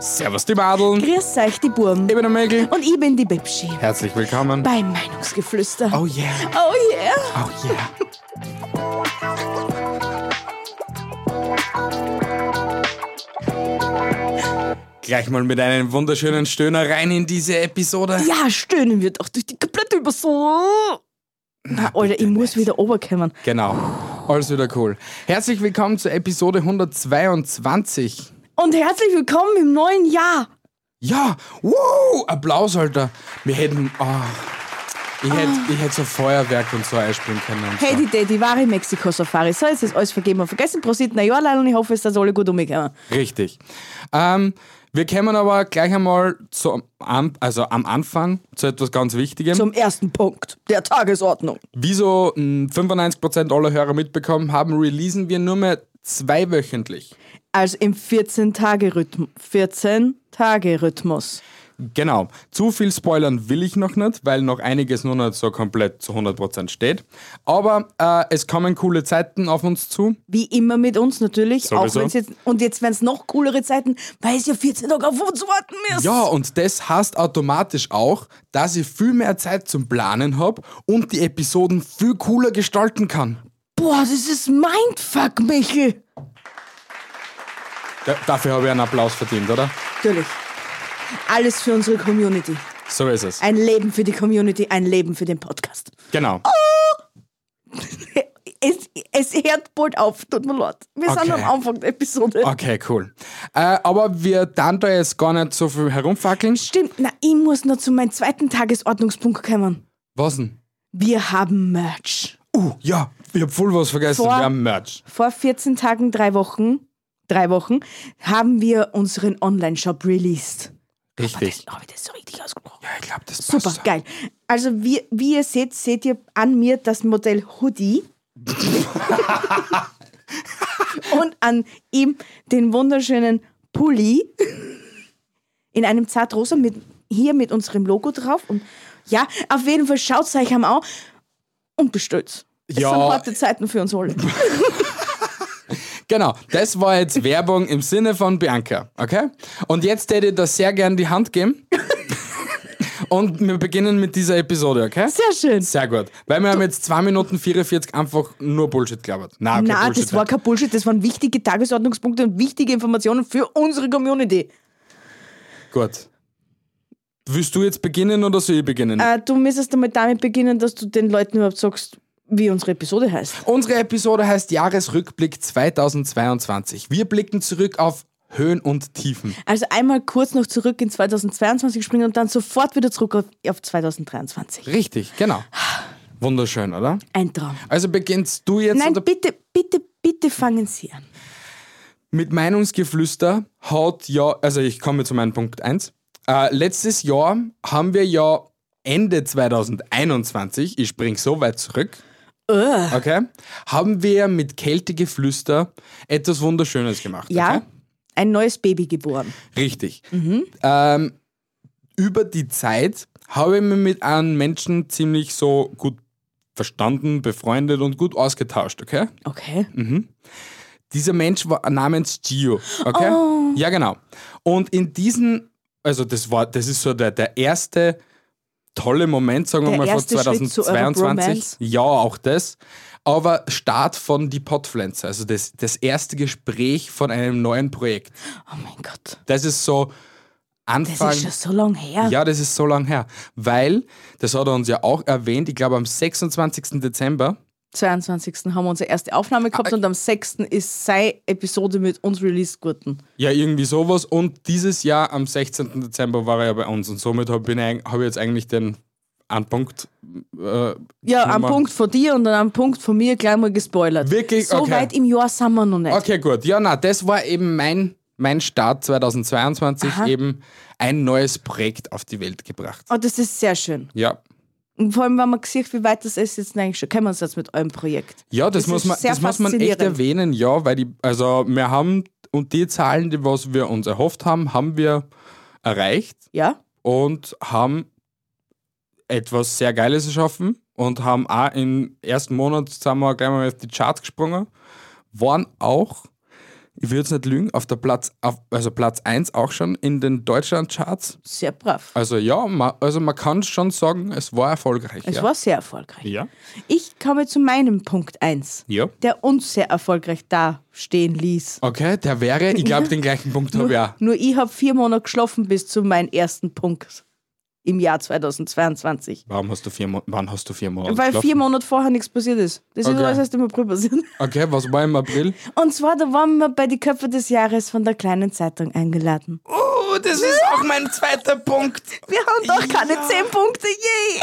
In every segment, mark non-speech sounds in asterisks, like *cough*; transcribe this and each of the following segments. Servus die Madeln. Grüß euch, die Burm. Ich bin der Mägel. Und ich bin die Bibschi. Herzlich willkommen. Beim Meinungsgeflüster. Oh yeah, Oh yeah. oh yeah. Gleich mal mit einem wunderschönen Stöhner rein in diese Episode. Ja, stöhnen wir doch durch die komplette Überso. Na, Alter, ich muss wieder runterkommen. Genau. Alles wieder cool. Herzlich willkommen zur Episode 122. Und herzlich willkommen im neuen Jahr. Ja, wow, Applaus, Alter. Wir hätten, ah, ich hätte ich hätt so Feuerwerk und so einspielen können. Und Hey, so. die Daddy, war in Mexiko-Safari. So, jetzt ist alles vergeben und vergessen. Prosit, na ja, leider. Und ich hoffe, es ist alle gut umgekommen. Richtig. Ähm, wir kommen aber gleich einmal zum, An- also am Anfang zu etwas ganz Wichtigem. Zum ersten Punkt der Tagesordnung. Wie so mh, 95% hm, aller Hörer mitbekommen haben, releasen wir nur mehr zweiwöchentlich. Also im 14-Tage-Rhythmus. 14-Tage-Rhythmus. Genau. Zu viel spoilern will ich noch nicht, weil noch einiges noch nicht so komplett zu 100% steht. Aber äh, es kommen coole Zeiten auf uns zu. Wie immer mit uns natürlich. Sowieso. Auch wenn's jetzt, und jetzt werden es noch coolere Zeiten, weil es ja 14 Tage auf uns warten ist. Ja, und das heißt automatisch auch, dass ich viel mehr Zeit zum Planen habe und die Episoden viel cooler gestalten kann. Boah, das ist Mindfuck, Michel. Da, dafür habe ich einen Applaus verdient, oder? Natürlich. Alles für unsere Community. So ist es. Ein Leben für die Community, ein Leben für den Podcast. *laughs* Genau. Es, es hört bald auf, tut mir leid. Wir sind Okay. am Anfang der Episode. Okay, cool. Äh, aber wir dann da jetzt gar nicht so viel herumfackeln. Stimmt, na, ich muss noch zu meinem zweiten Tagesordnungspunkt kommen. Was denn? Wir haben Merch. Uh, ja, ich hab voll was vergessen. Vor- Wir haben Merch. Vor 14 Tagen, drei Wochen, drei Wochen, haben wir unseren Online-Shop released. Richtig. Habe ich oh, das so richtig ausgesprochen? Ja, ich glaube, das passt. Super, geil. Also wie, wie ihr seht, seht ihr an mir das Modell *laughs* Hoodie. und an ihm den wunderschönen Pulli in einem zartrosa mit hier mit unserem Logo drauf. Und ja, auf jeden Fall schaut euch am an und bestellt. Es Ja. sind harte Zeiten für uns alle. Genau, das war jetzt *laughs* Werbung im Sinne von Bianca, okay? Und jetzt hätte ich das sehr gern die Hand *laughs* geben. Und wir beginnen mit dieser Episode, okay? Sehr schön. Sehr gut. Weil wir haben jetzt 2 Minuten 44 einfach nur Bullshit gelabert. Nein, okay, Na, Bullshit ne? das war kein Bullshit, das waren wichtige Tagesordnungspunkte und wichtige Informationen für unsere Community. Gut. Willst du jetzt beginnen oder soll ich beginnen? Äh, du müsstest einmal damit beginnen, dass du den Leuten überhaupt sagst, wie unsere Episode heißt. Unsere Episode heißt Jahresrückblick 2022. Wir blicken zurück auf Höhen und Tiefen. Also einmal kurz noch zurück in 2022 springen und dann sofort wieder zurück auf, auf 2023. Richtig, genau. Wunderschön, oder? Ein Traum. Also beginnst du jetzt Nein, oder- bitte, bitte, bitte fangen Sie an. mit Meinungsgeflüster hat ja, also ich komme zu meinem Punkt 1. Äh, letztes Jahr haben wir ja Ende 2021, ich spring so weit zurück, okay, haben wir mit Kältegeflüster etwas Wunderschönes gemacht. Ja, Okay? ein neues Baby geboren. Richtig. Mhm. Ähm, über die Zeit habe ich mich mit einem Menschen ziemlich so gut verstanden, befreundet und gut ausgetauscht, okay? Okay. Hm. Dieser Mensch war namens Gio, okay? Oh. Ja, genau. Und in diesen, also das war, das ist so der, der erste tolle Moment, sagen wir Der mal, von erste Schritt zu eurer 2022. Bromance. Ja, auch das. Aber Start von die Podpflanze, also das, das erste Gespräch von einem neuen Projekt. Oh mein Gott. Das ist so Das Anfang. ist schon so lang her. Ja, das ist so lang her. Weil, das hat er uns ja auch erwähnt, ich glaube am 26. Dezember. 22. haben wir unsere erste Aufnahme Ah. gehabt und am 6. ist seine Episode mit uns released geworden. Ja, irgendwie sowas. Und dieses Jahr am 16. Dezember war er ja bei uns. Und somit habe ich, eig- hab ich jetzt eigentlich den Anpunkt. Äh, Ja, am Nummer- Punkt von dir und dann am Punkt von mir gleich mal gespoilert. Wirklich? So Okay. weit im Jahr sind wir noch nicht. Okay, gut. Ja, na, das war eben mein, mein Start 2022, Aha. eben ein neues Projekt auf die Welt gebracht. Oh, das ist sehr schön. Ja. Und vor allem, wenn man sieht, wie weit das ist, jetzt eigentlich schon. Kennen wir uns jetzt mit eurem Projekt? Ja, das, Das muss ist man, sehr das muss man echt faszinierend. erwähnen, ja, weil die, also wir haben und die Zahlen, die was wir uns erhofft haben, haben wir erreicht. Ja? und haben etwas sehr Geiles erschaffen und haben auch im ersten Monat sind wir gleich mal auf die Charts gesprungen, waren auch ich würde es nicht lügen, auf der Platz, auf, also Platz 1 auch schon in den Deutschland-Charts. Sehr brav. Also ja, ma, also man kann schon sagen, es war erfolgreich. Es ja. war sehr erfolgreich. Ja. Ich komme zu meinem Punkt 1, Ja. der uns sehr erfolgreich dastehen ließ. Okay, der wäre, ich glaube, den gleichen Punkt habe ich auch. Nur ich habe vier Monate geschlafen bis zu meinem ersten Punkt im Jahr 2022. Warum hast du vier Mo wann hast du vier Monate? Weil geschlafen? vier Monate vorher nichts passiert ist. Das ist Okay. alles erst im April passiert. Okay, was war im April? Und zwar, da waren wir bei die Köpfe des Jahres von der kleinen Zeitung eingeladen. Oh, das ist auch mein zweiter Punkt. Wir haben doch keine Ja. zehn Punkte,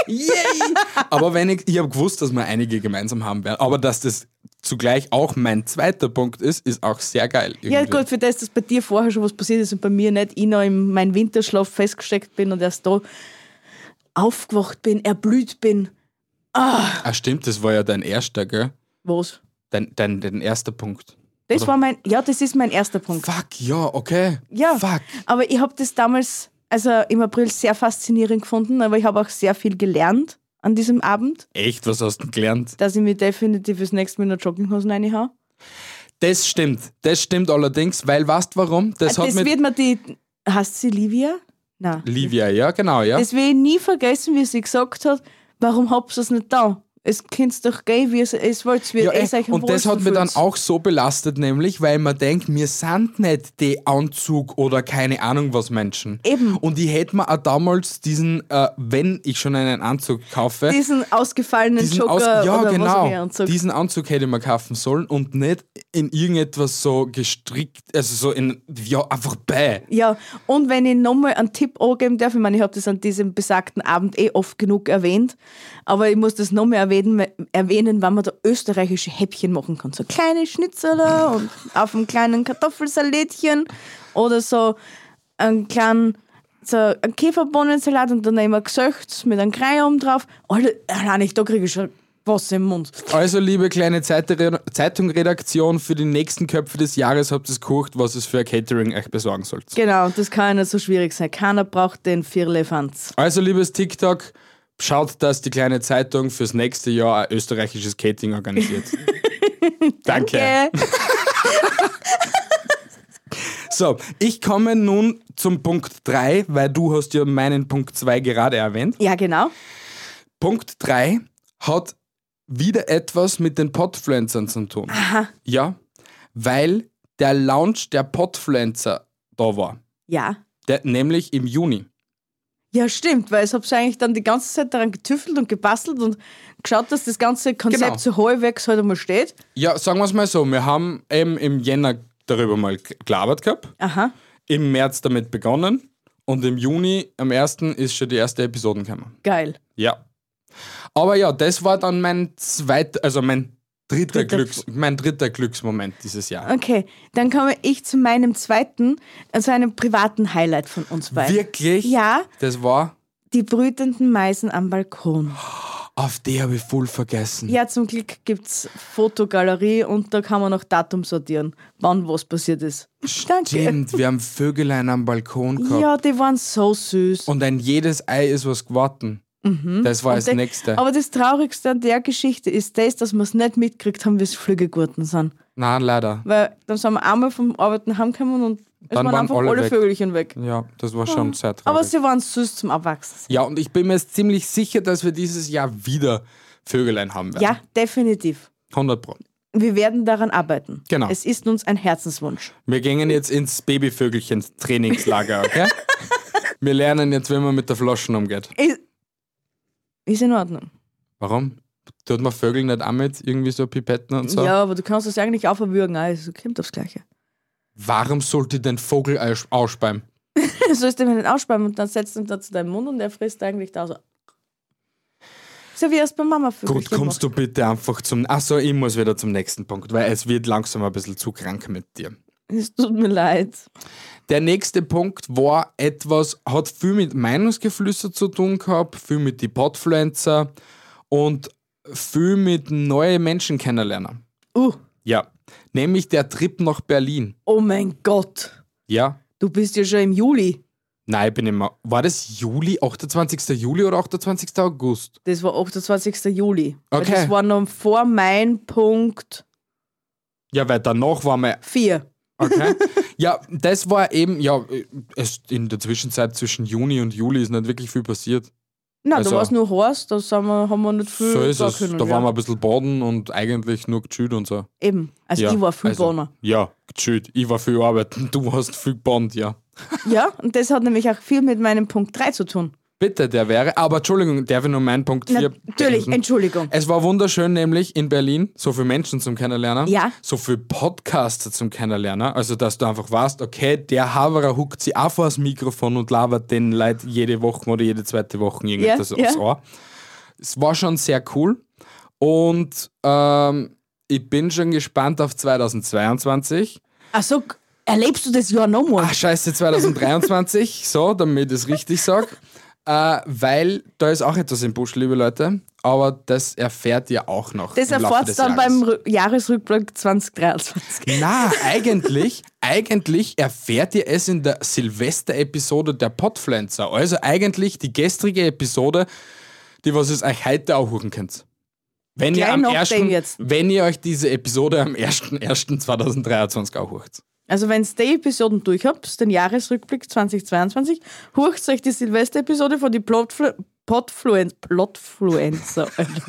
yay! Yay! *laughs* Aber wenn ich, ich habe gewusst, dass wir einige gemeinsam haben werden. Aber dass das zugleich auch mein zweiter Punkt ist, ist auch sehr geil. Ja irgendwie. gut, für das, dass bei dir vorher schon was passiert ist und bei mir nicht, ich noch in meinem Winterschlaf festgesteckt bin und erst da aufgewacht bin, erblüht bin. Ah, stimmt, das war ja dein erster, gell? Was? Dein, dein, dein erster Punkt. Das Oder- war mein, ja, das ist mein erster Punkt. Fuck, ja, okay. Ja. Fuck. Aber ich habe das damals, also im April, sehr faszinierend gefunden, aber ich habe auch sehr viel gelernt an diesem Abend, Echt, was hast du denn gelernt? dass ich mir definitiv das nächste Mal in eine Jogginghosen reinhau. Das stimmt. Das stimmt allerdings, weil weißt du warum? Das, Äh, Das hat mit wird mir die, hast sie Livia? Nein. Livia, ja, genau, ja. Das will ich nie vergessen, wie sie gesagt hat, warum habt ihr es nicht da? Es könnt doch gehen, wie es, es wollt, wie ja es eh. euch am und das hat wohlsten mir dann fühlt. auch so belastet, nämlich, weil man denkt, mir sind nicht die Anzug oder keine Ahnung was Menschen. Eben. Und ich hätte mir auch damals diesen, äh, wenn ich schon einen Anzug kaufe, Diesen ausgefallenen Jogger ja, oder was auch genau. immer und so. Diesen Anzug hätte man kaufen sollen und nicht in irgendetwas so gestrickt, also so in, ja, einfach bei. Ja, und wenn ich nochmal einen Tipp angeben darf, ich meine, ich habe das an diesem besagten Abend eh oft genug erwähnt, aber ich muss das nochmal erwähnen, weil- erwähnen, wenn man da österreichische Häppchen machen kann. So kleine Schnitzeler und auf einem kleinen Kartoffelsalätchen oder so einen kleinen so einen Käferbohnensalat und dann immer gesöchts mit einem Kreium drauf. Alter, allein ich, da kriege ich schon Wasser im Mund. Also, liebe kleine Zeitred- Zeitung-Redaktion, für die nächsten Köpfe des Jahres habt ihr es gekocht, was es für ein Catering euch besorgen sollt. Genau, das kann ja nicht so schwierig sein. Keiner braucht den Firlefanz. Also, liebes TikTok, schaut, dass die kleine Zeitung fürs nächste Jahr ein österreichisches Catering organisiert. Danke. Gell? So, ich komme nun zum Punkt 3, weil du hast ja meinen Punkt 2 gerade erwähnt. Ja, genau. Punkt 3 hat wieder etwas mit den Podfluencern zu tun. Aha. Ja, weil der Launch der Podfluencer da war. Ja. Der, nämlich im Juni. Ja, stimmt, weil ich habe eigentlich dann die ganze Zeit daran getüftelt und gebastelt und geschaut, dass das ganze Konzept Genau. so halbwegs halt einmal steht. Ja, sagen wir es mal so, wir haben eben im Jänner darüber mal g- gelabert gehabt, Aha. im März damit begonnen und im Juni am 1. ist schon die erste Episode gekommen. Geil. Ja. Aber ja, das war dann mein zweiter, also mein dritter, Dritter- Äh, Glücks, mein dritter Glücksmoment dieses Jahr. Okay, dann komme ich zu meinem zweiten, also einem privaten Highlight von uns beiden. Wirklich? Ja, Das war, die brütenden Meisen am Balkon. auf die habe ich voll vergessen. Ja, zum Glück gibt's Fotogalerie und da kann man noch Datum sortieren, wann was passiert ist. Danke. Stimmt, wir haben Vögelein am Balkon gehabt. Ja, die waren so süß. Und ein jedes Ei ist was geworden. Das war das de- nächste. Mhm. Aber das Traurigste an der Geschichte ist das, dass wir es nicht mitgekriegt haben, wie es Flüge geworden sind. Nein, leider. Weil dann sind wir einmal vom Arbeiten heimgekommen und es Dann waren, waren einfach alle alle, weg. Vögelchen weg. Ja, das war schon sehr traurig. Ah. Aber sie waren süß zum Abwachsen. Ja, und ich bin mir jetzt ziemlich sicher, dass wir dieses Jahr wieder Vögelein haben werden. Ja, definitiv. 100 Pro. Wir werden daran arbeiten. Genau. Es ist uns ein Herzenswunsch. Wir gehen jetzt ins Babyvögelchen-Trainingslager, okay? wir lernen jetzt, wie man mit der Floschen umgeht. Ist, ist in Ordnung. Warum? Tut man Vögel nicht auch mit irgendwie so Pipetten und so? Ja, aber du kannst es eigentlich auch verwürgen. Also kommt aufs Gleiche. *laughs* Warum sollte ich den Vogel aus- ausspeien? so ist dem nicht ausspeien und dann setzt du ihn da zu deinem Mund und er frisst eigentlich da so. So wie er es bei Mama Gut, Vögelchen kommst du bitte einfach zum... Achso, ich muss wieder zum nächsten Punkt, weil es wird langsam ein bisschen zu krank mit dir. macht. Es tut mir leid. Der nächste Punkt war etwas, hat viel mit Meinungsgeflüster zu tun gehabt, viel mit die Podfluencer und viel mit neue Menschen kennenlernen. Uh, Ja. Nämlich der Trip nach Berlin. oh mein Gott. Ja. Du bist ja schon im Juli. Nein, ich bin immer. War das Juli, 28. Juli oder 28. August? Das war 28. Juli. Weil Okay. Das war noch vor mein Punkt Ja, weil danach war mein. 4. *laughs* Okay. ja, das war eben, ja, es, in der Zwischenzeit zwischen Juni und Juli ist nicht wirklich viel passiert. Nein, Also- da war es nur Horst, da sind wir, haben wir nicht viel So ist da es. können, Da ja. waren wir ein bisschen baden und eigentlich nur gechillt und so. Eben, also ja, ich war viel also, also. Ja, gechillt. Ich war viel arbeiten. *laughs* Du hast viel gebannt, ja. Ja, und das hat nämlich auch viel mit meinem Punkt 3 zu tun. Bitte, der wäre. Aber Entschuldigung, darf ich nur meinen Punkt 4 Natürlich, also- Entschuldigung. Es war wunderschön, nämlich in Berlin, so viele Menschen zum Kennenlernen, Ja. so viele Podcaster zum Kennenlernen. Also, dass du einfach weißt, okay, der Haverer huckt sich auch vor das Mikrofon und labert den Leuten jede Woche oder jede zweite Woche irgendetwas Ja, aufs ja. Ohr. Es war schon sehr cool. Und ähm, ich bin schon gespannt auf 2022. Ach so, k- Also, erlebst du das Jahr nochmal? Ach, scheiße, 2023, so, damit ich es richtig sage. Äh, weil da ist auch etwas im Busch, liebe Leute. Aber das erfährt ihr auch noch. Das im Laufe erfahrt ihr des dann Jahres. beim Rü- Jahresrückblick 2023. *laughs* Na, eigentlich, eigentlich erfährt ihr es in der Silvester-Episode der Podpflanzer. Also eigentlich die gestrige Episode, die was es euch heute auch hören könnt. Wenn ihr, Gleich am noch den ersten, jetzt. wenn ihr euch diese Episode am 1.1.2023 auch hört. Also wenn ihr die Episoden durch habt, den Jahresrückblick 2022, hurcht euch die Silvester-Episode von die Plotflu Podfluen Plotfluencer *laughs* Alter.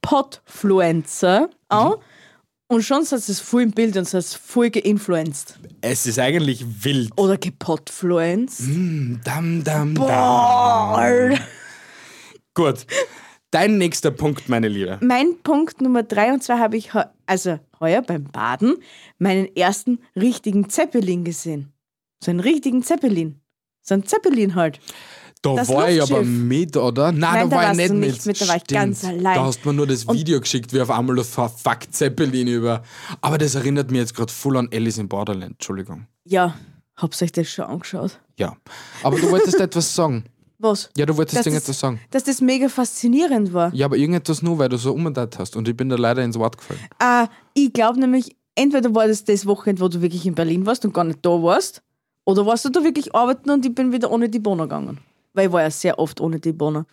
Podfluencer an und schon seid ihr voll im Bild und seid voll geinfluenced. Es ist eigentlich wild. Oder gepodfluenced. Dam, dam, dam. Boah, Alter. Gut. Dein nächster Punkt, meine Liebe. mein Punkt Nummer drei, und zwar habe ich, heu- also heuer beim Baden, meinen ersten richtigen Zeppelin gesehen. So einen richtigen Zeppelin. So ein Zeppelin halt. Da Das war ich aber Luftschiff. mit, oder? Nein, Nein, da da war ich warst nicht du mit. nicht mit, da war ich Stimmt. ganz allein. Da hast du mir nur das Video geschickt, wie auf einmal der verfuckt Zeppelin über. Aber das erinnert mich jetzt gerade voll an Alice in Borderland. Entschuldigung. Ja, habt ihr euch das schon angeschaut? Ja. Aber du wolltest *laughs* etwas sagen. Was? Ja, du wolltest Dass das- irgendetwas sagen. Dass das mega faszinierend war. Ja, aber irgendetwas nur, weil du so umgedacht hast. Und ich bin da leider ins Wort gefallen. Ah, ich glaube nämlich, entweder war das das Wochenende, wo du wirklich in Berlin warst und gar nicht da warst, oder warst du da wirklich arbeiten und ich bin wieder ohne die Bohnen gegangen. Weil ich war ja sehr oft ohne die Bohnen.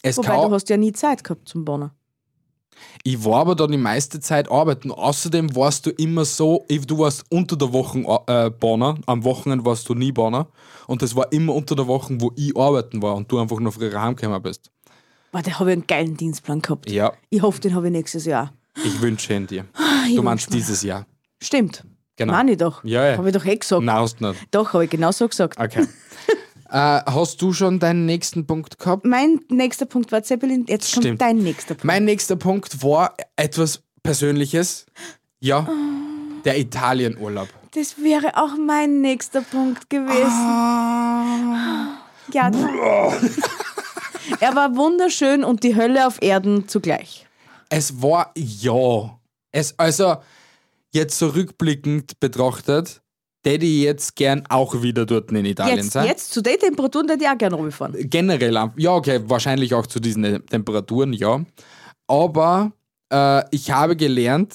Es Wobei, du kann, hast ja nie Zeit gehabt zum Bohnen. ich war aber da die meiste Zeit arbeiten. Außerdem warst du immer so, ich- du warst unter der Woche äh, Banner. Am Wochenende warst du nie Banner. Und das war immer unter der Woche, wo ich arbeiten war und du einfach nur früher heimgekommen bist. Boah, da habe ich einen geilen Dienstplan gehabt. Ja, Ich hoffe, den habe ich nächstes Jahr. ich wünsche ihn dir. Ah, ich Du meinst wünsch mir. dieses Jahr. Stimmt. Genau. Meine ich doch. Ja, ja. Habe ich doch eh gesagt. Nein, hast nicht. Doch, habe ich genau so gesagt. *laughs* Okay. äh, hast du schon deinen nächsten Punkt gehabt? Mein nächster Punkt war Zeppelin. Jetzt Stimmt. kommt dein nächster Punkt. Mein nächster Punkt war etwas Persönliches. Ja, Ah. der Italienurlaub. das wäre auch mein nächster Punkt Ah. gewesen. Ah. Ja. Oh. er war wunderschön und die Hölle auf Erden zugleich. Es war ja. Es, also, jetzt so rückblickend betrachtet, hätte ich jetzt gern auch wieder dort in Italien Jetzt, sein. jetzt zu den Temperaturen hätte ich auch gerne runterfahren. Äh, generell, am- ja, okay, wahrscheinlich auch zu diesen äh, Temperaturen, ja. Aber äh, ich habe gelernt,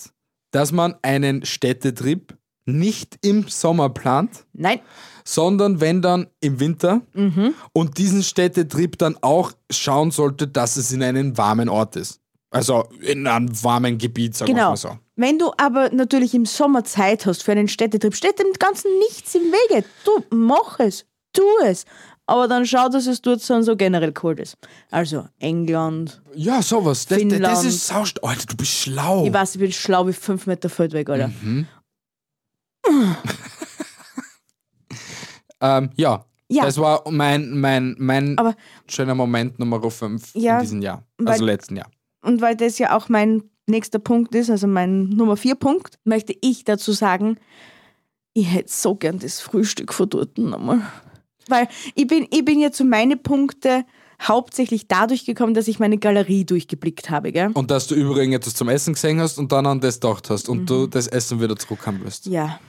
dass man einen Städtetrip nicht im Sommer plant, Nein, sondern wenn dann im Winter Mhm. und diesen Städtetrip dann auch schauen sollte, dass es in einen warmen Ort ist. Also in einem warmen Gebiet, sagen wir genau. mal so. Wenn du aber natürlich im Sommer Zeit hast für einen Städtetrip, steht dem Ganzen nichts im Wege. Du, mach es, tu es. Aber dann schau, dass es dort so und so generell cold ist. Also England. Ja, sowas. Das, das- das Finnland. ist saust. Alter, du bist schlau. Ich weiß, ich bin schlau wie 5 Meter Feldweg, Alter. Ähm, ja. Ja. Das war mein, mein, mein Aber- schöner Moment Nummer 5 Ja, in diesem Jahr. weil- Also letzten Jahr. Und weil das ja auch mein nächster Punkt ist, also mein Nummer 4 Punkt, möchte ich dazu sagen, ich hätte so gern das Frühstück von dort nochmal. Weil ich bin, ich bin ja zu meine Punkte hauptsächlich dadurch gekommen, dass ich meine Galerie durchgeblickt habe, gell? Und dass du übrigens etwas zum Essen gesehen hast und dann an das gedacht hast und Mhm. du das Essen wieder zurückhaben wirst. Ja.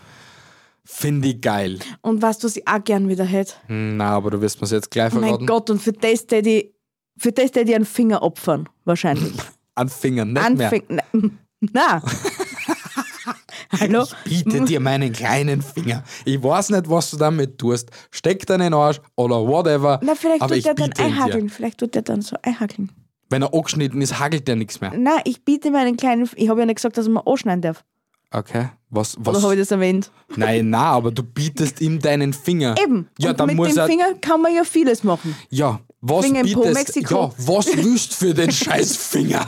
Finde ich geil. Und weißt du, was ich auch gern wieder hätte? Hm, Na, aber du wirst mir jetzt gleich Oh Mein verraten. Gott, und für das hätte ich, für das hätte ich einen Finger opfern, *laughs* wahrscheinlich. An Fingern, nicht mehr. Anfing. *laughs* Na. Hallo? Biete dir meinen kleinen Finger. Ich weiß nicht, was du damit tust. Steck deinen Arsch oder whatever. Na, vielleicht aber tut ich der dann biete ihn dir. einhakeln. Vielleicht tut der dann so einhakeln. Wenn er angeschnitten ist, hagelt er nichts mehr. Na, ich biete meinen kleinen. Ich habe ja nicht gesagt, dass man anschneiden darf. Okay. Was, Oder was? habe ich das erwähnt? Nein, na, aber du bietest ihm deinen Finger. Eben. Ja, und dann mit muss dem er. Finger kann man ja vieles machen. Ja, was Finger im Po, bietest Mexiko. Ja, was wüsst für den scheiß Finger?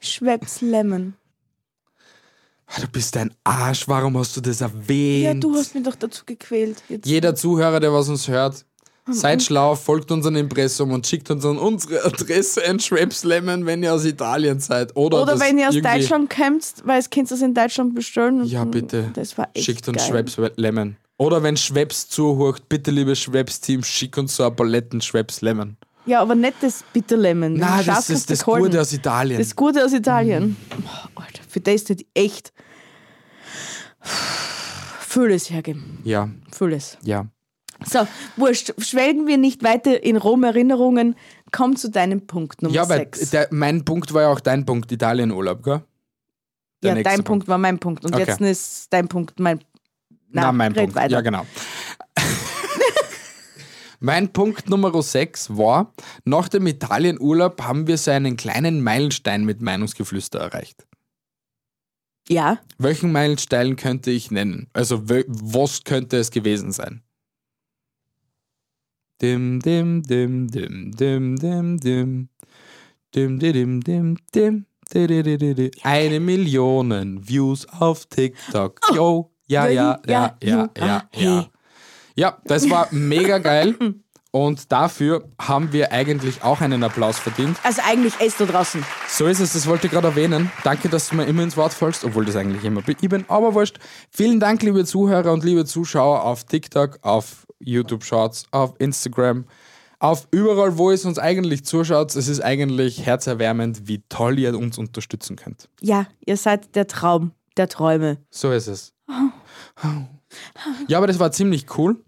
Schwepp's Lemon. Ah, Du bist ein Arsch, warum hast du das erwähnt? Ja, du hast mich doch dazu gequält. Jetzt. Jeder Zuhörer, der was uns hört, Mhm. seid schlau, folgt unserem Impressum und schickt uns an unsere Adresse ein Schwepps Lemon, wenn ihr aus Italien seid. Oder, Oder das wenn ihr aus irgendwie- Deutschland kommt, weil es könnt ihr es in Deutschland bestellen. und Ja, dann- bitte. Das war echt Schickt uns geil. Schwepps Lemon. Oder wenn Schwepps zuhört, bitte, liebe Schwepps-Team, schick uns so ein Paletten Schwepps Lemon. Ja, aber nicht das Bitter Lemon. Na, Scharf das kannst ist du das halten. Gute aus Italien. Mhm. Das Gute aus Italien. Oh, Alter, für das hätte ich echt Fühles hergeben. ja, Fühles. ja. So, wurscht. Schwelgen wir nicht weiter in Rom Erinnerungen. Komm zu deinem Punkt Nummer Ja, weil 6. der, mein Punkt war ja auch dein Punkt, Italienurlaub, gell? der Ja, dein nächste Punkt. Punkt. war mein Punkt. Und Okay. jetzt ist dein Punkt mein Na, mein red Punkt. Weiter. Ja, genau. *laughs* mein Punkt Nummer 6 war, nach dem Italienurlaub haben wir so einen kleinen Meilenstein mit Meinungsgeflüster erreicht. ja, Welchen Meilenstein könnte ich nennen? Also, wel- was könnte es gewesen sein? Dim, dim, dim, dim, dim, dim, dim. Dim, di, dim, dim, dim. Di, di, di, di, di. Eine Million Views auf TikTok. Yo, ja, Oh, ja, ja, ja, ja, ja. Ja, das war mega *laughs* geil. Und dafür haben wir eigentlich auch einen Applaus verdient. Also eigentlich ist da draußen. So ist es, das wollte ich gerade erwähnen. Danke, dass du mir immer ins Wort fällst, obwohl das eigentlich immer ich bin, aber wurscht. Vielen Dank, liebe Zuhörer und liebe Zuschauer auf TikTok, auf YouTube Shorts, auf Instagram, auf überall, wo es uns eigentlich zuschaut. Es ist eigentlich herzerwärmend, wie toll ihr uns unterstützen könnt. Ja, ihr seid der Traum der Träume. So ist es. Ja, aber das war ziemlich cool,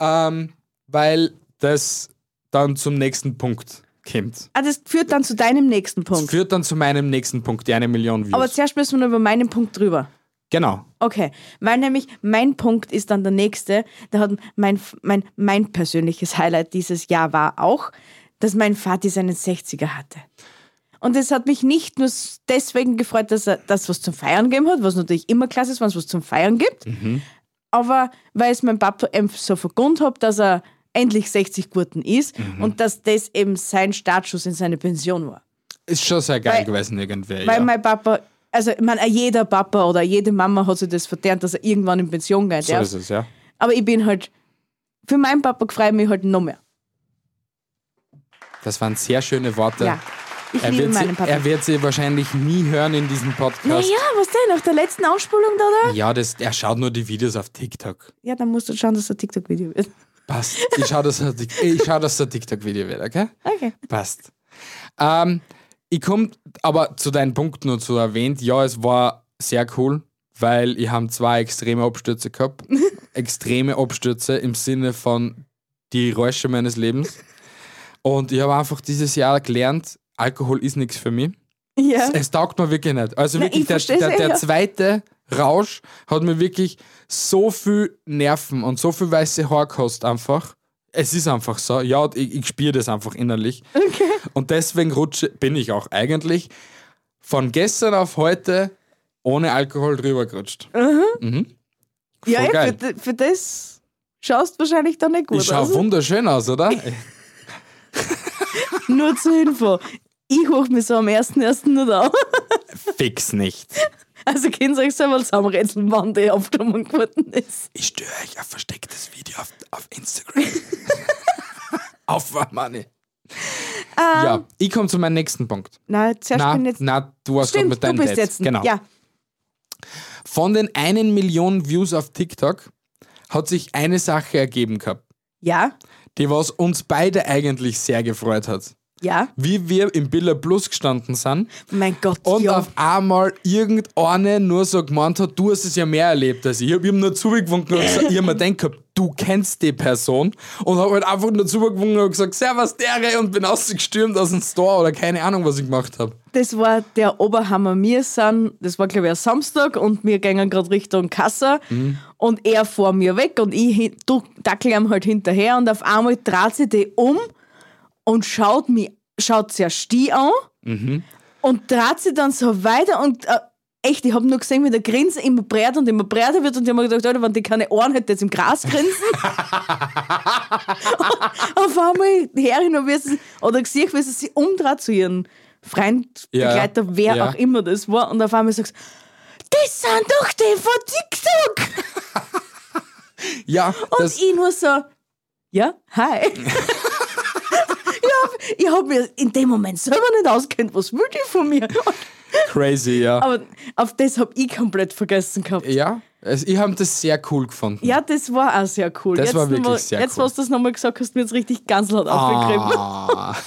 ähm, weil das dann zum nächsten Punkt kommt. Ah, das führt dann zu deinem nächsten Punkt. Führt dann zu meinem nächsten Punkt, die eine Million Views. Aber zuerst müssen wir noch über meinen Punkt drüber. genau. Okay, weil nämlich mein Punkt ist dann der nächste. Da hat mein, mein, mein persönliches Highlight dieses Jahr war auch, dass mein Vati seinen 60er hatte. Und es hat mich nicht nur s- deswegen gefreut, dass er das was zum Feiern gegeben hat, was natürlich immer klasse ist, wenn es was zum Feiern gibt, aber weil es mein Papa eben so vergund hat, dass er endlich 60 Gurten ist und dass das eben sein Startschuss in seine Pension war. Ist schon sehr geil Weil- gewesen, irgendwie. Weil ja. mein Papa, also ich meine, jeder Papa oder jede Mama hat sich das verdient, dass er irgendwann in Pension geht. so ja. ist es, ja. Aber ich bin halt, für meinen Papa freue ich mich halt noch mehr. Das waren sehr schöne Worte. Ja. Ich Er liebe wird, sie, meinen Papa. er wird sie wahrscheinlich nie hören in diesem Podcast. naja, was denn? Nach der letzten Ausspulung da, oder? Ja, das, er schaut nur die Videos auf TikTok. Ja, dann musst du schauen, dass es ein TikTok-Video wird. Passt. Ich schaue, dass er Tik- ich schau, dass er TikTok-Video wird, okay? *laughs* Okay. Passt. Ähm, ich komme aber zu deinen Punkten und so erwähnt, ja, es war sehr cool, weil ich haben zwei extreme Abstürze gehabt. extreme Abstürze im Sinne von die Räusche meines Lebens. Und ich habe einfach dieses Jahr gelernt, Alkohol ist nichts für mich. Ja. Es taugt mir wirklich nicht. Also Nein, wirklich, ich versteh's der, der, eh, der ja. zweite Rausch hat mir wirklich so viel Nerven und so viel weiße Haare gekostet einfach. Es ist einfach so. Ja, und ich, ich spüre das einfach innerlich. Und deswegen rutsche, bin ich auch eigentlich von gestern auf heute ohne Alkohol drüber gerutscht. Oh, Ja, voll eh, geil. Für, für das schaust du wahrscheinlich dann nicht gut Ich schaue aus. wunderschön aus, oder? *laughs* Nur zur Info. Ich hoch mich so am 1.1. nicht an. *laughs* Fix nicht. *laughs* Also könnt ihr euch selber zusammenrätseln, wann die Aufnahme geworden ist. Ich störe euch ein verstecktes Video auf, auf *laughs* Instagram. *laughs* Aufwand, Manni. Ähm. Ja, ich komme zu meinem nächsten Punkt. Na, zuerst Na, bin ich jetzt... na, du hast doch Stimmt, mit deinen du bist Dates. jetzt. Genau. Ja, Von den einen Million Views auf TikTok hat sich eine Sache ergeben gehabt, ja, die was uns beide eigentlich sehr gefreut hat. ja. Wie wir im Billa Plus gestanden sind Mein Gott, und ja. auf einmal irgendeine nur so gemeint hat, du hast es ja mehr erlebt als ich. Ich habe ihm nur zugewunken und gesagt, ich habe mir gedacht, gehabt, du kennst die Person und habe halt einfach nur zugewunken und gesagt, servus dere und bin ausgestürmt aus dem Store oder keine Ahnung, was ich gemacht habe. Das war der Oberhammer. Wir sind, das war glaube ich ein Samstag und wir gingen gerade Richtung Kassa und er vor mir weg und ich hin- du- dackel ihm halt hinterher und auf einmal dreht sie die um und schaut Mhm. mich, schaut sie erst die an und dreht sie dann so weiter und äh, echt, ich habe nur gesehen, wie der Grinsen immer breiter und immer breiter wird und ich habe mir gedacht, Alter, wenn die keine Ohren hätte, jetzt im *laughs* Gras grinsen. und auf einmal her ich noch, wie sie, oder gesehen, wie sie sich umdreht zu ihren Freund, Ja, Begleiter, wer ja. auch immer das war und auf einmal sagst du, das sind doch die von TikTok! Ja, Und das, ich nur so, ja, hi. ich habe *laughs* ich hab mir in dem Moment selber nicht auskennt, was will die von mir? crazy, ja. Aber auf das habe ich komplett vergessen gehabt. ja, also ich habe das sehr cool gefunden. Ja, das war auch sehr cool. Das jetzt war wirklich nochmal- sehr Jetzt, cool. was du das nochmal gesagt hast, mir jetzt richtig ganz laut aufgegriffen. Ah. *laughs*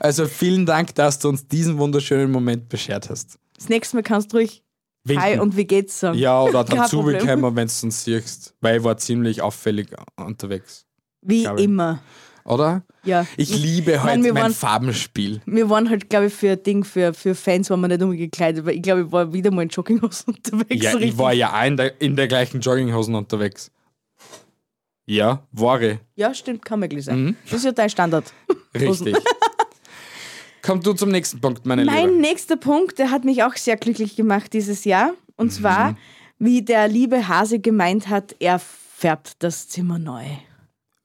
Also vielen Dank, dass du uns diesen wunderschönen Moment beschert hast. Das nächste Mal kannst du ruhig Winken. Hi und wie geht's sagen. Ja, *laughs* oder Kein dann Problem. zubekommen, wenn du uns siehst. Weil ich war ziemlich auffällig unterwegs. Wie Sorry. immer. Oder? Ja. Ich liebe heute Nein, wir mein waren- Farbenspiel. Wir waren halt, glaube ich, für ein Ding, für, für Fans waren wir nicht umgekleidet, weil ich glaube, ich war wieder mal in Jogginghosen *laughs* unterwegs. Ja, so ich richtig. war ja auch in der, in der gleichen Jogginghosen unterwegs. Ja, war ich. ja, stimmt, kann man gleich sein. Mhm. Das ist ja dein Standard. Richtig. *laughs* Komm du zum nächsten Punkt, meine Mein Liebe. nächster Punkt, der hat mich auch sehr glücklich gemacht dieses Jahr. Mhm. Und zwar, wie der liebe Hase gemeint hat, er färbt das Zimmer neu.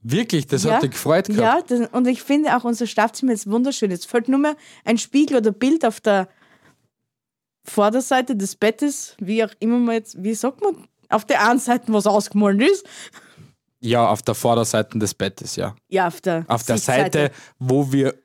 Wirklich, das hat dich gefreut gehabt. Ja, das, und ich finde auch unser Schlafzimmer ist wunderschön. Jetzt fällt nur mehr ein Spiegel oder Bild auf der Vorderseite des Bettes, wie auch immer man jetzt, wie sagt man, auf der einen Seite, was ausgemalt ist. Ja, auf der Vorderseite des Bettes, ja. Ja, auf der, Auf der Sichtseite. Seite, wo wir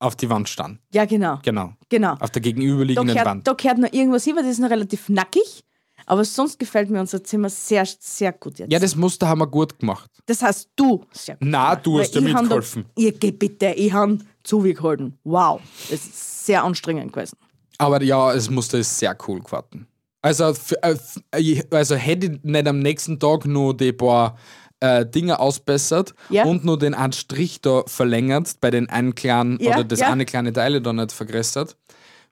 auf die Wand standen. Ja, genau. Genau. Genau. Auf der Da gegenüberliegenden gehört, Wand. da gehört noch irgendwas hin, weil das ist noch relativ nackig. Aber sonst gefällt mir unser Zimmer sehr, sehr gut jetzt. Ja, das Muster haben wir gut gemacht. Das hast du sehr gut Na, du hast ja Weil ich hab da- mitgeholfen. Ihr geht bitte, ich habe zugehalten. Wow, das ist sehr anstrengend gewesen. Aber ja, das Muster ist sehr cool geworden. Also, f- äh, f- ich- also hätte ich nicht am nächsten Tag nur die paar äh, Dinge ausbessert Ja. und nur den einen Strich da verlängert, bei den einen kleinen Ja, oder das ja. eine kleine Teile da nicht vergrößert,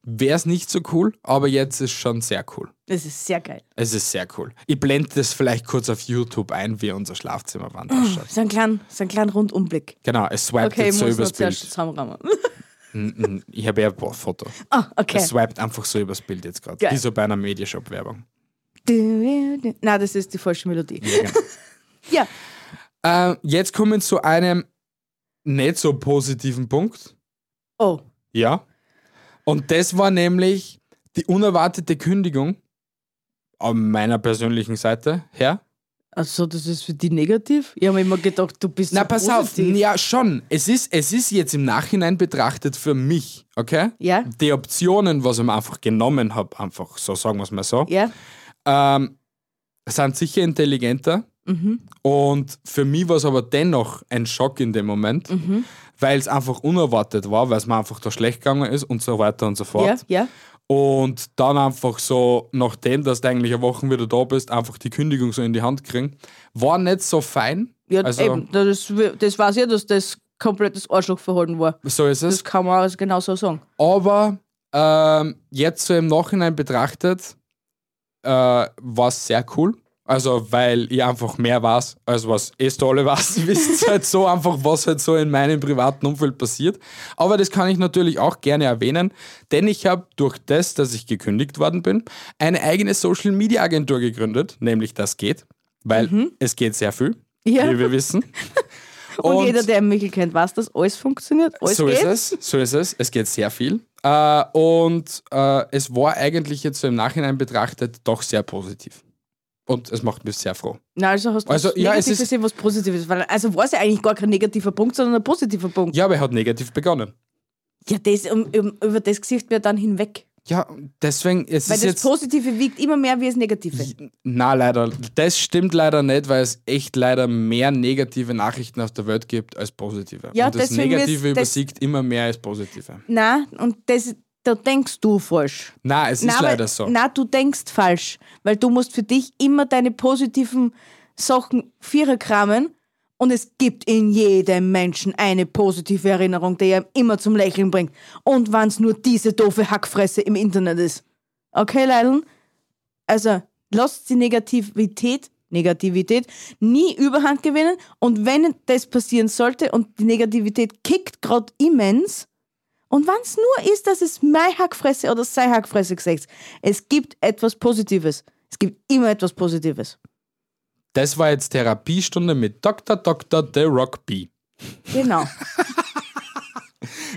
wäre es nicht so cool, aber jetzt ist schon sehr cool. Das ist sehr geil. Es ist sehr cool. Ich blende das vielleicht kurz auf YouTube ein, wie unser Schlafzimmerwand ausschaut. So ein kleinen, so einen kleinen Rundumblick. Genau, es swiped Okay, ich jetzt so muss noch übers zuerst Bild. zusammenrahmen. Mhm, Ich habe ja ein paar Foto. *laughs* Ah, okay. Es swiped einfach so übers Bild jetzt gerade. Geil. Wie so bei einer Mediashop-Werbung. Du, du, du. Nein, das ist die falsche Melodie. Ja, genau. Ja, *laughs* Ähm, jetzt kommen wir zu einem nicht so positiven Punkt. oh, Ja. Und das war nämlich die unerwartete Kündigung an meiner persönlichen Seite her. also das ist für die negativ? Ich habe immer gedacht, du bist Na, so pass positiv. auf. Ja, schon. Es ist, es ist jetzt im Nachhinein betrachtet für mich, okay? Ja. Die Optionen, was ich mir einfach genommen habe, einfach so, sagen wir es mal so, Ja, ähm, sind sicher intelligenter. Mhm. Und für mich war es aber dennoch ein Schock in dem Moment, weil es einfach unerwartet war, weil es mir einfach da schlecht gegangen ist und so weiter und so fort. ja, ja. Und dann einfach so, nachdem, dass du eigentlich eine Woche wieder da bist, einfach die Kündigung so in die Hand kriegen. War nicht so fein. Ja, also, eben, das, das weiß ich, dass das komplettes Arschlochverhalten war. so ist es. Das kann man auch genau so sagen. Aber ähm, jetzt so im Nachhinein betrachtet, äh, war es sehr cool. Also, weil ich einfach mehr weiß, als was eh alle *laughs* was. wisst halt so einfach, was halt so in meinem privaten Umfeld passiert. Aber das kann ich natürlich auch gerne erwähnen, denn ich habe durch das, dass ich gekündigt worden bin, eine eigene Social Media Agentur gegründet, nämlich das geht, weil es geht sehr viel, Mhm. Ja. wie wir wissen. *laughs* Und, jeder, der Michel kennt, weiß, dass alles funktioniert. Alles so geht. ist es, so ist es. Es geht sehr viel. Äh, und äh, es war eigentlich jetzt so im Nachhinein betrachtet doch sehr positiv. Und es macht mich sehr froh. Na, also hast du Also, was ja, es Negatives ist- gesehen, was Positives war. Also war es ja eigentlich gar kein negativer Punkt, sondern ein positiver Punkt. Ja, aber er hat negativ begonnen. Ja, das, um, um, über das Gesicht wird dann hinweg. Ja, deswegen, es Weil ist das jetzt. Positive wiegt immer mehr wie das Negative. Na, leider. Das stimmt leider nicht, weil es echt leider mehr negative Nachrichten auf der Welt gibt als positive. Ja, und das deswegen ist Negative das- übersiegt immer mehr als positive. Na, und das, da denkst du falsch. Na, es Na, ist weil- leider so. Na, du denkst falsch. Weil du musst für dich immer deine positiven Sachen vierer kramen. Und es gibt in jedem Menschen eine positive Erinnerung, die ihm immer zum Lächeln bringt. Und wenn es nur diese doofe Hackfresse im Internet ist. Okay, Leideln? Also, lasst die Negativität, Negativität nie überhand gewinnen. Und wenn das passieren sollte und die Negativität kickt gerade immens, Und wenn es nur ist, dass es meine Hackfresse oder seine Hackfresse gesagt es gibt etwas Positives. Es gibt immer etwas Positives. Das war jetzt Therapiestunde mit Dr. Dr. The Rock B. Genau.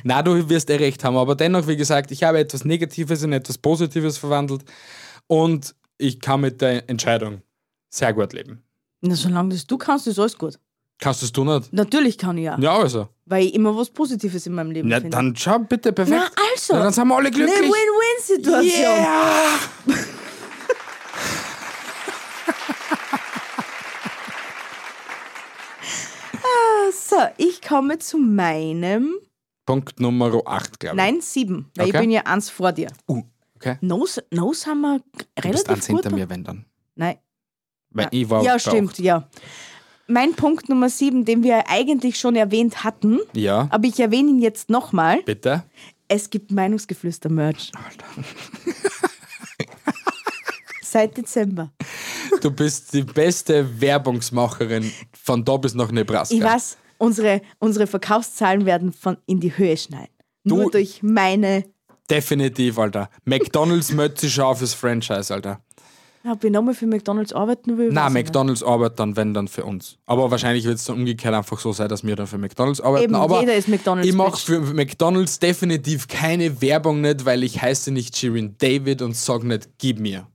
Na, du wirst eh recht haben, aber dennoch, wie gesagt, ich habe etwas Negatives in etwas Positives verwandelt und ich kann mit der Entscheidung sehr gut leben. *laughs* Na, solange das du kannst, ist alles gut. Kannst du es tun nicht? Natürlich kann ich ja. Ja, also. Weil ich immer was Positives in meinem Leben Na, finde. dann schau bitte Na, perfekt. also. Na, dann sind wir alle eine glücklich. Win-Win-Situation. Yeah! So, ich komme zu meinem. Punkt Nummer 8, glaube ich. Nein, sieben. Weil Okay. ich bin ja eins vor dir. Uh, okay. No, no sind wir Du bist relativ eins gut. hinter mir, wenn dann. Nein. Weil ich war ja, bei stimmt, ja. Mein Punkt Nummer sieben, den wir eigentlich schon erwähnt hatten, acht. Ja, aber ich erwähne ihn jetzt nochmal. bitte. Es gibt Meinungsgeflüster-Merch. *laughs* Seit Dezember. Du bist die beste Werbungsmacherin von da bis nach Nebraska. Ich weiß, unsere, unsere Verkaufszahlen werden von in die Höhe schneiden. Du- Nur durch meine. Definitiv, Alter. McDonalds möchte scharfes Franchise, Alter. Ob ich nochmal für McDonalds arbeiten will? Na, weiß ich nicht. McDonalds arbeitet dann, wenn dann für uns. Aber wahrscheinlich wird es dann umgekehrt einfach so sein, dass wir dann für McDonalds arbeiten. Eben, Aber jeder ist McDonald's Ich mache Bitch. für McDonalds definitiv keine Werbung nicht, weil ich heiße nicht Shirin David und sag nicht, gib mir.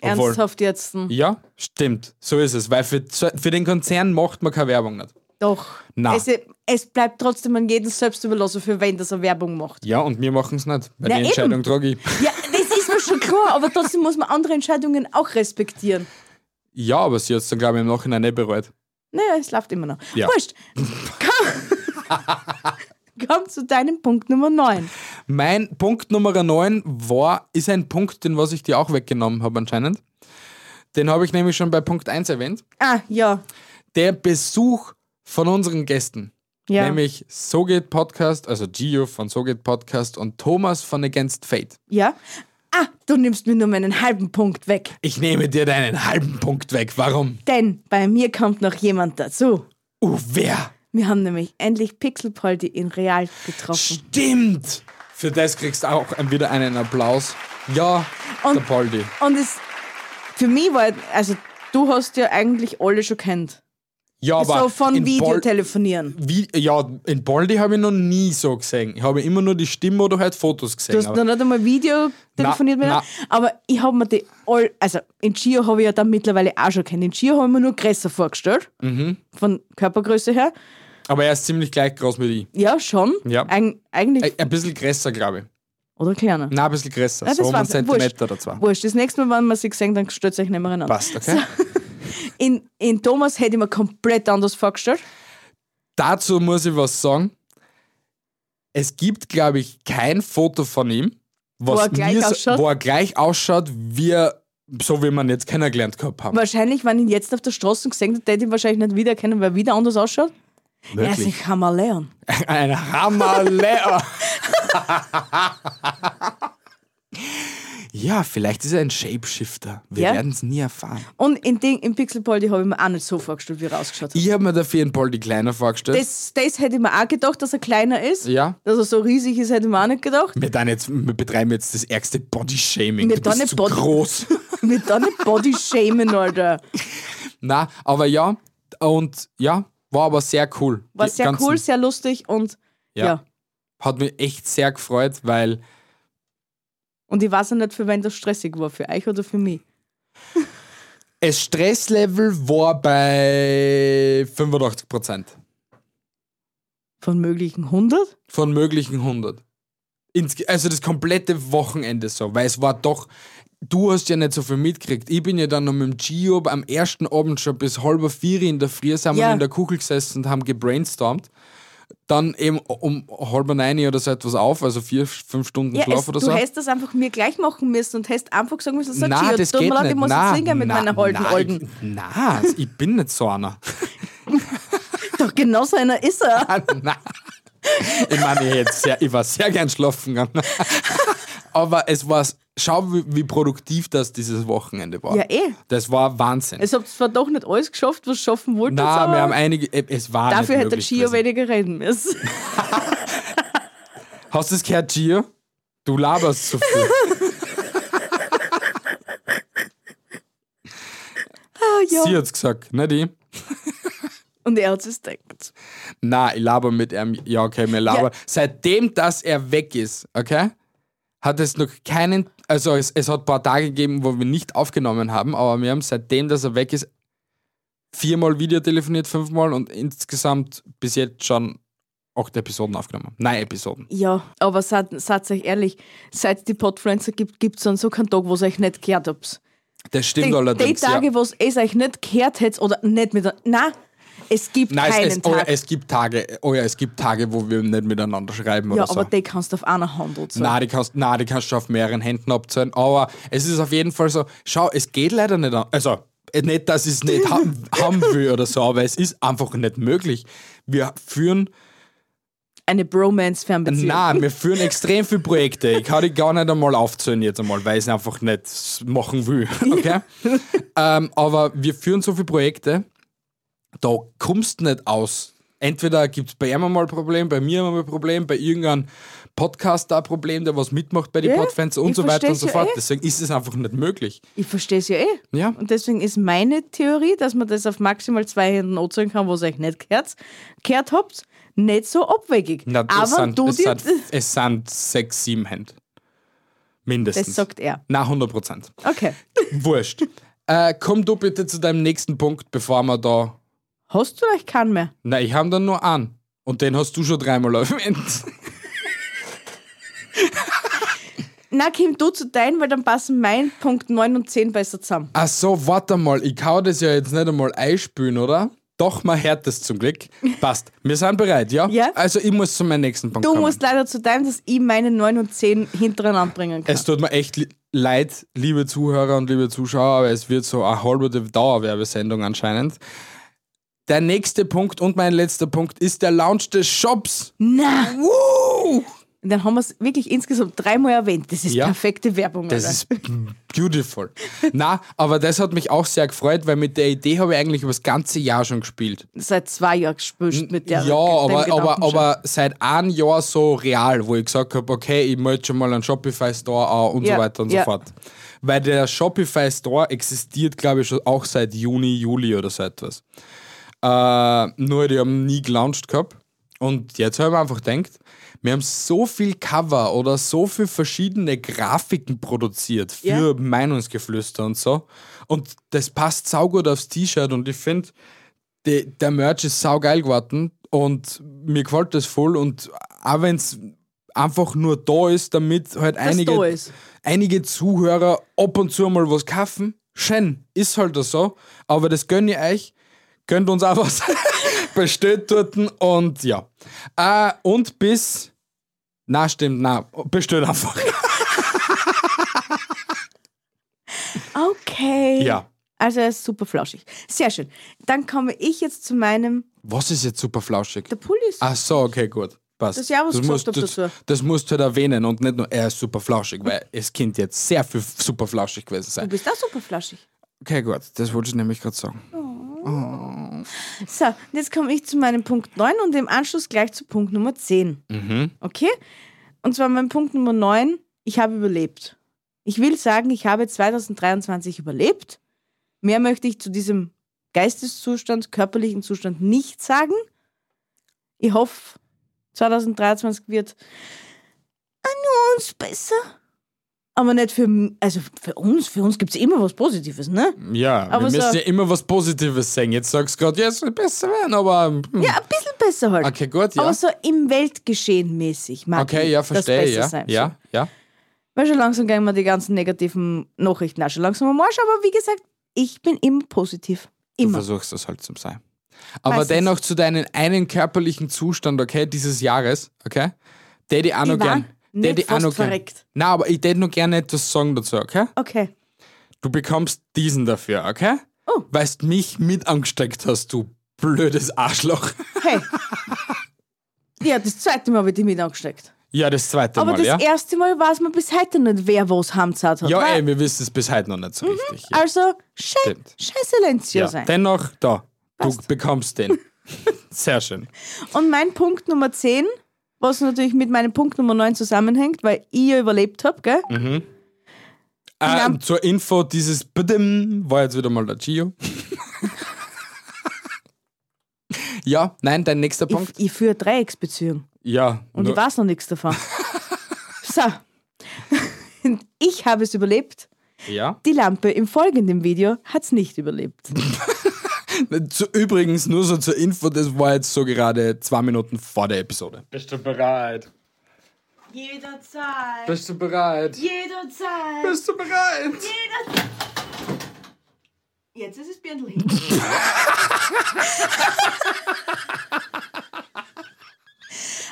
Obwohl- Ernsthaft jetzt? hm? Ja, stimmt. So ist es. Weil für, für den Konzern macht man keine Werbung nicht. Doch. Na. Es, es bleibt trotzdem an jedem selbst überlassen, für wen das eine Werbung macht. Ja, und wir machen es nicht. Weil Na, die eben. Entscheidung trage ich. Ja, das ist mir schon klar, aber trotzdem muss man andere Entscheidungen auch respektieren. Ja, aber sie hat es dann, glaube ich, im Nachhinein nicht bereut. Naja, es läuft immer noch. Ja. Wurscht. *laughs* Komm, komm zu deinem Punkt Nummer 9. Mein Punkt Nummer 9 war, ist ein Punkt, den was ich dir auch weggenommen habe anscheinend. Den habe ich nämlich schon bei Punkt 1 erwähnt. Ah, ja. Der Besuch von unseren Gästen. ja. Nämlich So geht Podcast, also Gio von So geht Podcast und Thomas von Against Fate. Ja. Ah, du nimmst mir nur meinen halben Punkt weg. Ich nehme dir deinen halben Punkt weg. Warum? Denn bei mir kommt noch jemand dazu. Uh, wer? Wir haben nämlich endlich Pixelpoldi in Real getroffen. Stimmt! Für das kriegst du auch ein- wieder einen Applaus. Ja, Und- der Poldi. Und es, für mich war, also du hast ja eigentlich alle schon kennt. Ja, aber so von in Pol- Videotelefonieren. Wie, ja, in Baldi habe ich noch nie so gesehen. Ich habe immer nur die Stimme oder halt Fotos gesehen. Du hast aber- noch nicht einmal Video telefoniert mit na. mir. Aber ich habe mir die all, also in Gio habe ich ja dann mittlerweile auch schon kennt. In Gio habe ich mir nur größer vorgestellt. Mhm. Von Körpergröße her. Aber er ist ziemlich gleich groß wie ich. Ja, schon. Ja. Eig eigentlich. Ä- Ein bisschen größer, glaube ich. oder kleiner. Nein, ein bisschen größer. Ja, das so um einen war's. Zentimeter Wurscht. oder zwei. Wurscht, das nächste Mal, wenn wir sie sehen, dann stellt euch nicht mehr an. Passt, okay? In, in Thomas hätte ich mir komplett anders vorgestellt. Dazu muss ich was sagen. Es gibt, glaube ich, kein Foto von ihm, was Wo er gleich mir so- ausschaut? wo er gleich ausschaut, wie er, so wie wir ihn jetzt kennengelernt gehabt haben. Wahrscheinlich, wenn ich ihn jetzt auf der Straße gesehen hätte, hätte ich ihn wahrscheinlich nicht wiedererkennen, weil er wieder anders ausschaut. Er ist ein Wirklich. Chamäleon. *laughs* Ein Hammerleer. *laughs* ja, vielleicht ist er ein Shapeshifter. Wir Ja. werden es nie erfahren. Und in, den, in Pixelpoldi habe ich mir auch nicht so vorgestellt, wie er ausgeschaut hat. Ich habe mir dafür einen Poldi kleiner vorgestellt. Das, das hätte ich mir auch gedacht, dass er kleiner ist. ja. Dass er so riesig ist, hätte ich mir auch nicht gedacht. *laughs* Wir, dann jetzt, wir betreiben jetzt das ärgste Bodyshaming. Wir Du tun bist nicht zu Body- groß. Mit da nicht Bodyshamen, Alter. Na, aber ja, und ja, war aber sehr cool. War Die sehr ganzen- cool, sehr lustig und Ja. ja. Hat mich echt sehr gefreut, weil Und ich weiß auch nicht, für wen das stressig war, für euch oder für mich. das Stresslevel war bei 85% Von möglichen 100? von möglichen 100. Insge- also das komplette Wochenende so, weil es war doch, du hast ja nicht so viel mitgekriegt. Ich bin ja dann noch mit dem Gio am ersten Abend schon bis halb vier in der Früh sind wir Ja. in der Kugel gesessen und haben gebrainstormt. Dann eben um halb neun oder so etwas auf, also vier, fünf Stunden Ja, Schlaf es, oder du so. hättest das einfach mir gleich machen müssen und hättest einfach sagen müssen, so, Nein, Gio, das tut geht mir leid, nicht. ich muss Nein, jetzt singen mit nein, meiner alten nein, Alten. ich- Nein, ich bin nicht so *laughs* einer. Doch, genau so einer ist *laughs* er. Nein. Ich meine, ich, hätte sehr, ich war sehr gern schlafen *laughs* gegangen. Aber es war, schau, wie, wie produktiv das dieses Wochenende war. Ja, eh. Das war Wahnsinn. Es habt zwar doch nicht alles geschafft, was ihr schaffen wolltet, Nein, aber wir haben einige, äh, es war dafür nicht hätte der möglich Gio gewesen. weniger reden müssen. Hast du das gehört, Gio? Du laberst zu viel. *laughs* Ah, *laughs* ja. Sie hat's gesagt, ne, nicht ich. Und er hat es denkt. Na, ich laber mit ihm. Ja, okay, wir labern. Seitdem, dass er weg ist, okay, hat es noch keinen. Also, es, es hat ein paar Tage gegeben, wo wir nicht aufgenommen haben, aber wir haben seitdem, dass er weg ist, viermal Video telefoniert, fünfmal und insgesamt bis jetzt schon acht Episoden aufgenommen. Nein, Episoden. Ja, aber seid, seid euch ehrlich, seit es die Podfluencer gibt, gibt es dann so keinen Tag, wo es euch nicht gehört habt. Das stimmt Die, die allerdings. Tage, ja. wo es euch nicht gehört hättet oder nicht mit. Nein, es gibt Nein, keinen es, es, oh, ja, Tag. es gibt Tage, oh ja, es gibt Tage, wo wir nicht miteinander schreiben ja, oder so. aber die kannst du auf einer Hand und so. Nein, die kannst, nein, die kannst du auf mehreren Händen abzählen. Aber es ist auf jeden Fall so, schau, es geht leider nicht an. Also, äh, nicht, dass ich es nicht haben, *laughs* haben will oder so, aber es ist einfach nicht möglich. Wir führen, Eine Bromance-Fernbeziehung. nein, wir führen extrem viele Projekte. Ich kann die gar nicht einmal aufzählen jetzt einmal, weil ich es einfach nicht s- machen will. *laughs* Okay? ähm, aber wir führen so viele Projekte, da kommst du nicht aus. Entweder gibt es bei ihm mal ein Problem, bei mir mal ein Problem, bei irgendeinem Podcaster ein Problem, der was mitmacht bei den Ja, Podfans und ich so weiter und versteh's so ja fort. eh. Deswegen ist es einfach nicht möglich. Ich verstehe es ja eh. Ja. Und deswegen ist meine Theorie, dass man das auf maximal zwei Händen anzeigen kann, wo es euch nicht gehört, gehört habt, nicht so abwegig. Na, es Aber sind, du es, dir, sind, es sind sechs, sieben Hände. Mindestens. *laughs* das sagt er. Na, 100 Prozent. Okay. Wurscht. Äh, komm du bitte zu deinem nächsten Punkt, bevor wir da Hast du euch keinen mehr? Nein, ich habe dann nur einen. Und den hast du schon dreimal *laughs* erwähnt. Na, Kim, du zu deinen, weil dann passen mein Punkt 9 und 10 besser zusammen. Ach so, warte mal, ich kann das ja jetzt nicht einmal einspülen, oder? Doch, man hört das zum Glück. Passt. Wir sind bereit, ja? Ja. Also, ich muss zu meinem nächsten Punkt Du kommen. musst leider zu deinem, dass ich meine 9 und 10 hintereinander bringen kann. es tut mir echt li- leid, liebe Zuhörer und liebe Zuschauer, aber es wird so eine halbe Dauerwerbesendung anscheinend. Der nächste Punkt und mein letzter Punkt ist der Launch des Shops. Na, Woo! und dann haben wir es wirklich insgesamt dreimal erwähnt. Das ist Ja. perfekte Werbung. Das Alter. ist beautiful. Na, aber das hat mich auch sehr gefreut, weil mit der Idee habe ich eigentlich über das ganze Jahr schon gespielt. Seit zwei Jahren gespürt mit der ja, aber, dem aber, Gedanken schon. aber seit einem Jahr so real, wo ich gesagt habe, okay, ich melde schon mal einen Shopify-Store an und Ja, so weiter und ja. so fort. Weil der Shopify-Store existiert, glaube ich, schon auch seit Juni, Juli oder so etwas. Äh, nur die haben nie gelauncht gehabt. Und jetzt habe ich mir einfach gedacht, wir haben so viel Cover oder so viel verschiedene Grafiken produziert für Ja. Meinungsgeflüster und so. Und das passt saugut aufs T-Shirt und ich finde, die, der Merch ist saugeil geworden und mir gefällt das voll und auch wenn es einfach nur da ist, damit halt einige, da ist. einige Zuhörer ab und zu mal was kaufen, schön, ist halt das so, aber das gönn ich euch, gönnt uns auch was, *laughs* bestellt dort und ja. Äh, und bis, na stimmt, na, bestellt einfach. *laughs* Okay. Ja. Also er ist super flauschig. Sehr schön. Dann komme ich jetzt zu meinem. Was ist jetzt super flauschig? Der Pulli ist. Ach so, okay, gut. Passt. Das ist ja was gesagt musst, hab das, dazu. das musst du halt erwähnen und nicht nur, er ist super flauschig, weil es Kind jetzt sehr viel super flauschig gewesen Du sein. bist auch super flauschig. Okay, gut, das wollte ich nämlich gerade sagen. So, und jetzt komme ich zu meinem Punkt 9 und im Anschluss gleich zu Punkt Nummer 10. Mhm. Okay? Und zwar mein Punkt Nummer 9, ich habe überlebt. Ich will sagen, ich habe 2023 überlebt. Mehr möchte ich zu diesem Geisteszustand, körperlichen Zustand nicht sagen. Ich hoffe, 2023 wird an uns besser. Aber nicht für, m- also für uns, für uns gibt es immer was Positives, ne? Ja, Aber wir müssen so- ja immer was Positives sagen. Jetzt sagst du gerade, ja, es soll besser werden, aber. hm, Ja, ein bisschen besser halt. Okay, gut, ja. Aber so im Weltgeschehen mäßig. Mag Okay, ich ja, das verstehe, besser ja. sein. ja, ja. Weil schon langsam gehen wir die ganzen negativen Nachrichten auch schon langsam am Arsch. Aber wie gesagt, ich bin immer positiv. Du Immer. versuchst es halt zu sein. Aber Meistens. dennoch zu deinen einen körperlichen Zustand, okay, dieses Jahres, okay? Der die auch noch war gern. der nicht die auch fast noch gern. verreckt. Nein, aber ich hätte noch gerne etwas sagen dazu, okay? Okay. Du bekommst diesen dafür, okay? Oh. Weil du mich mit angesteckt hast, du blödes Arschloch. *laughs* Hey. ja, das zweite Mal wird ich mit angesteckt. Ja, das zweite Aber Mal, das ja? erste Mal weiß man bis heute nicht, wer was heimgezahlt hat. Ja, Weil- ey, wir wissen es bis heute noch nicht so richtig. Ja. Also, schön, Stimmt. scheiße Lenzio Ja. sein. Dennoch, *laughs* da, du bekommst den. Sehr schön. Und mein Punkt Nummer 10, was natürlich mit meinem Punkt Nummer 9 zusammenhängt, weil ich ja überlebt habe, gell? Mhm. Äh, zur Info, dieses Bdim war jetzt wieder mal der *laughs* Gio. ja, nein, dein nächster Punkt. Ich, ich führe eine Dreiecksbeziehung Ja. und nur- ich weiß noch nichts *laughs* davon. so. *laughs* Ich habe es überlebt. ja. Die Lampe im folgenden Video hat es nicht überlebt. Zu, übrigens, nur so zur Info, das war jetzt so gerade zwei Minuten vor der Episode. Bist du bereit? Jederzeit, Bist du bereit? jederzeit, Bist du bereit? jederzeit. Jetzt ist es Birndl hin. *laughs*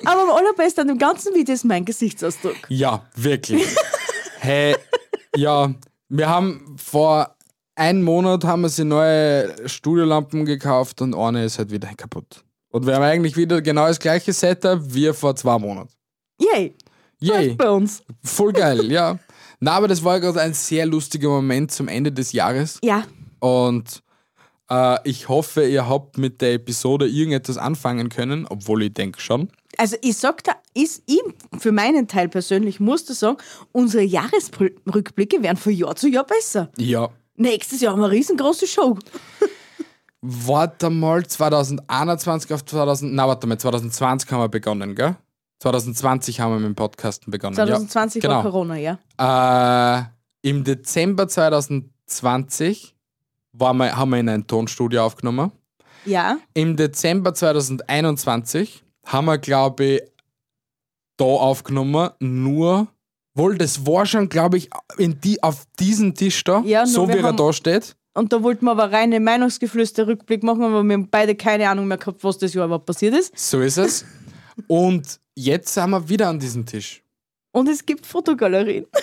Aber am allerbesten an dem ganzen Video ist mein Gesichtsausdruck. Ja, *laughs* wirklich. hey, ja, wir haben vor einem Monat haben wir sie neue Studiolampen gekauft und eine ist halt wieder kaputt. Und wir haben eigentlich wieder genau das gleiche Setup wie vor zwei Monaten. Yay, Yay! bei uns. Voll geil, ja. Na, aber das war gerade ein sehr lustiger Moment zum Ende des Jahres. Ja, Und äh, ich hoffe, ihr habt mit der Episode irgendetwas anfangen können, obwohl ich denke schon. also ich sag da, ist ich für meinen Teil persönlich musste sagen, unsere Jahresrückblicke werden von Jahr zu Jahr besser. Ja. Nächstes Jahr haben wir eine riesengroße Show. Warte mal, 2021 auf 2000, na warte mal, 2020 haben wir begonnen, gell? 2020 haben wir mit dem Podcasten begonnen. 2020 ja, war genau. Corona, ja. Corona. Äh, Im Dezember 2020 waren wir, haben wir in ein Tonstudio aufgenommen. Ja, Im Dezember 2021 haben wir, glaube ich, da aufgenommen, nur, wohl, das war schon, glaube ich, in die, auf diesem Tisch da, Ja, nur so wie wir er haben- da steht. und da wollten wir aber reine Meinungsgeflüster-Rückblick machen, aber wir haben beide keine Ahnung mehr gehabt, was das Jahr überhaupt passiert ist. So ist *laughs* es. Und jetzt sind wir wieder an diesem Tisch. Und es gibt Fotogalerien. *laughs*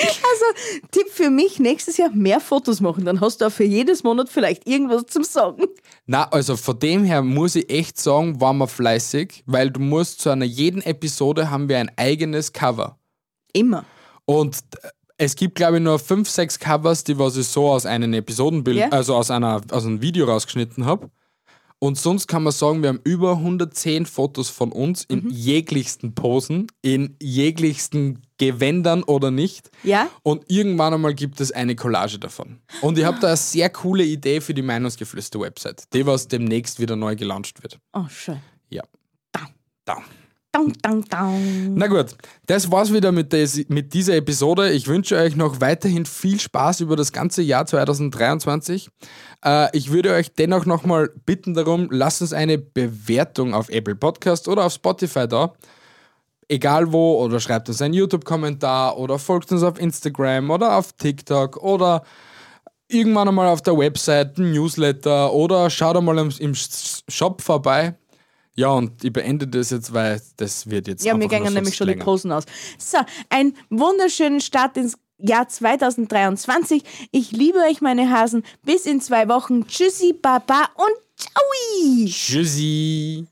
Also, Tipp für mich, nächstes Jahr mehr Fotos machen, dann hast du auch für jedes Monat vielleicht irgendwas zum Sagen. Na, also von dem her muss ich echt sagen, waren wir fleißig, weil du musst zu einer jeden Episode haben wir ein eigenes Cover. Immer. Und äh, es gibt, glaube ich, nur fünf, sechs Covers, die was ich so aus einem Episodenbild, Ja. also aus, einer, aus einem Video rausgeschnitten habe. Und sonst kann man sagen, wir haben über 110 Fotos von uns in jeglichsten Posen, in jeglichsten Gewändern oder nicht. Ja? Und irgendwann einmal gibt es eine Collage davon. Und ich habe da eine sehr coole Idee für die Meinungsgeflüster-Website, die was demnächst wieder neu gelauncht wird. Oh, schön. Ja. Da. Da. Dang, dang, dang. Na gut, das war's wieder mit, des, mit dieser Episode. Ich wünsche euch noch weiterhin viel Spaß über das ganze Jahr 2023. Äh, ich würde euch dennoch nochmal bitten darum, lasst uns eine Bewertung auf Apple Podcast oder auf Spotify da. Egal wo, oder schreibt uns einen YouTube-Kommentar oder folgt uns auf Instagram oder auf TikTok oder irgendwann einmal auf der Website, ein Newsletter oder schaut einmal im, im Shop vorbei. Ja, und ich beende das jetzt, weil das wird jetzt. Ja, mir einfach nur gingen nämlich sonst schon die länger. Posen aus. So, einen wunderschönen Start ins Jahr 2023. Ich liebe euch, meine Hasen. Bis in zwei Wochen. Tschüssi, Baba und ciao. Tschüssi.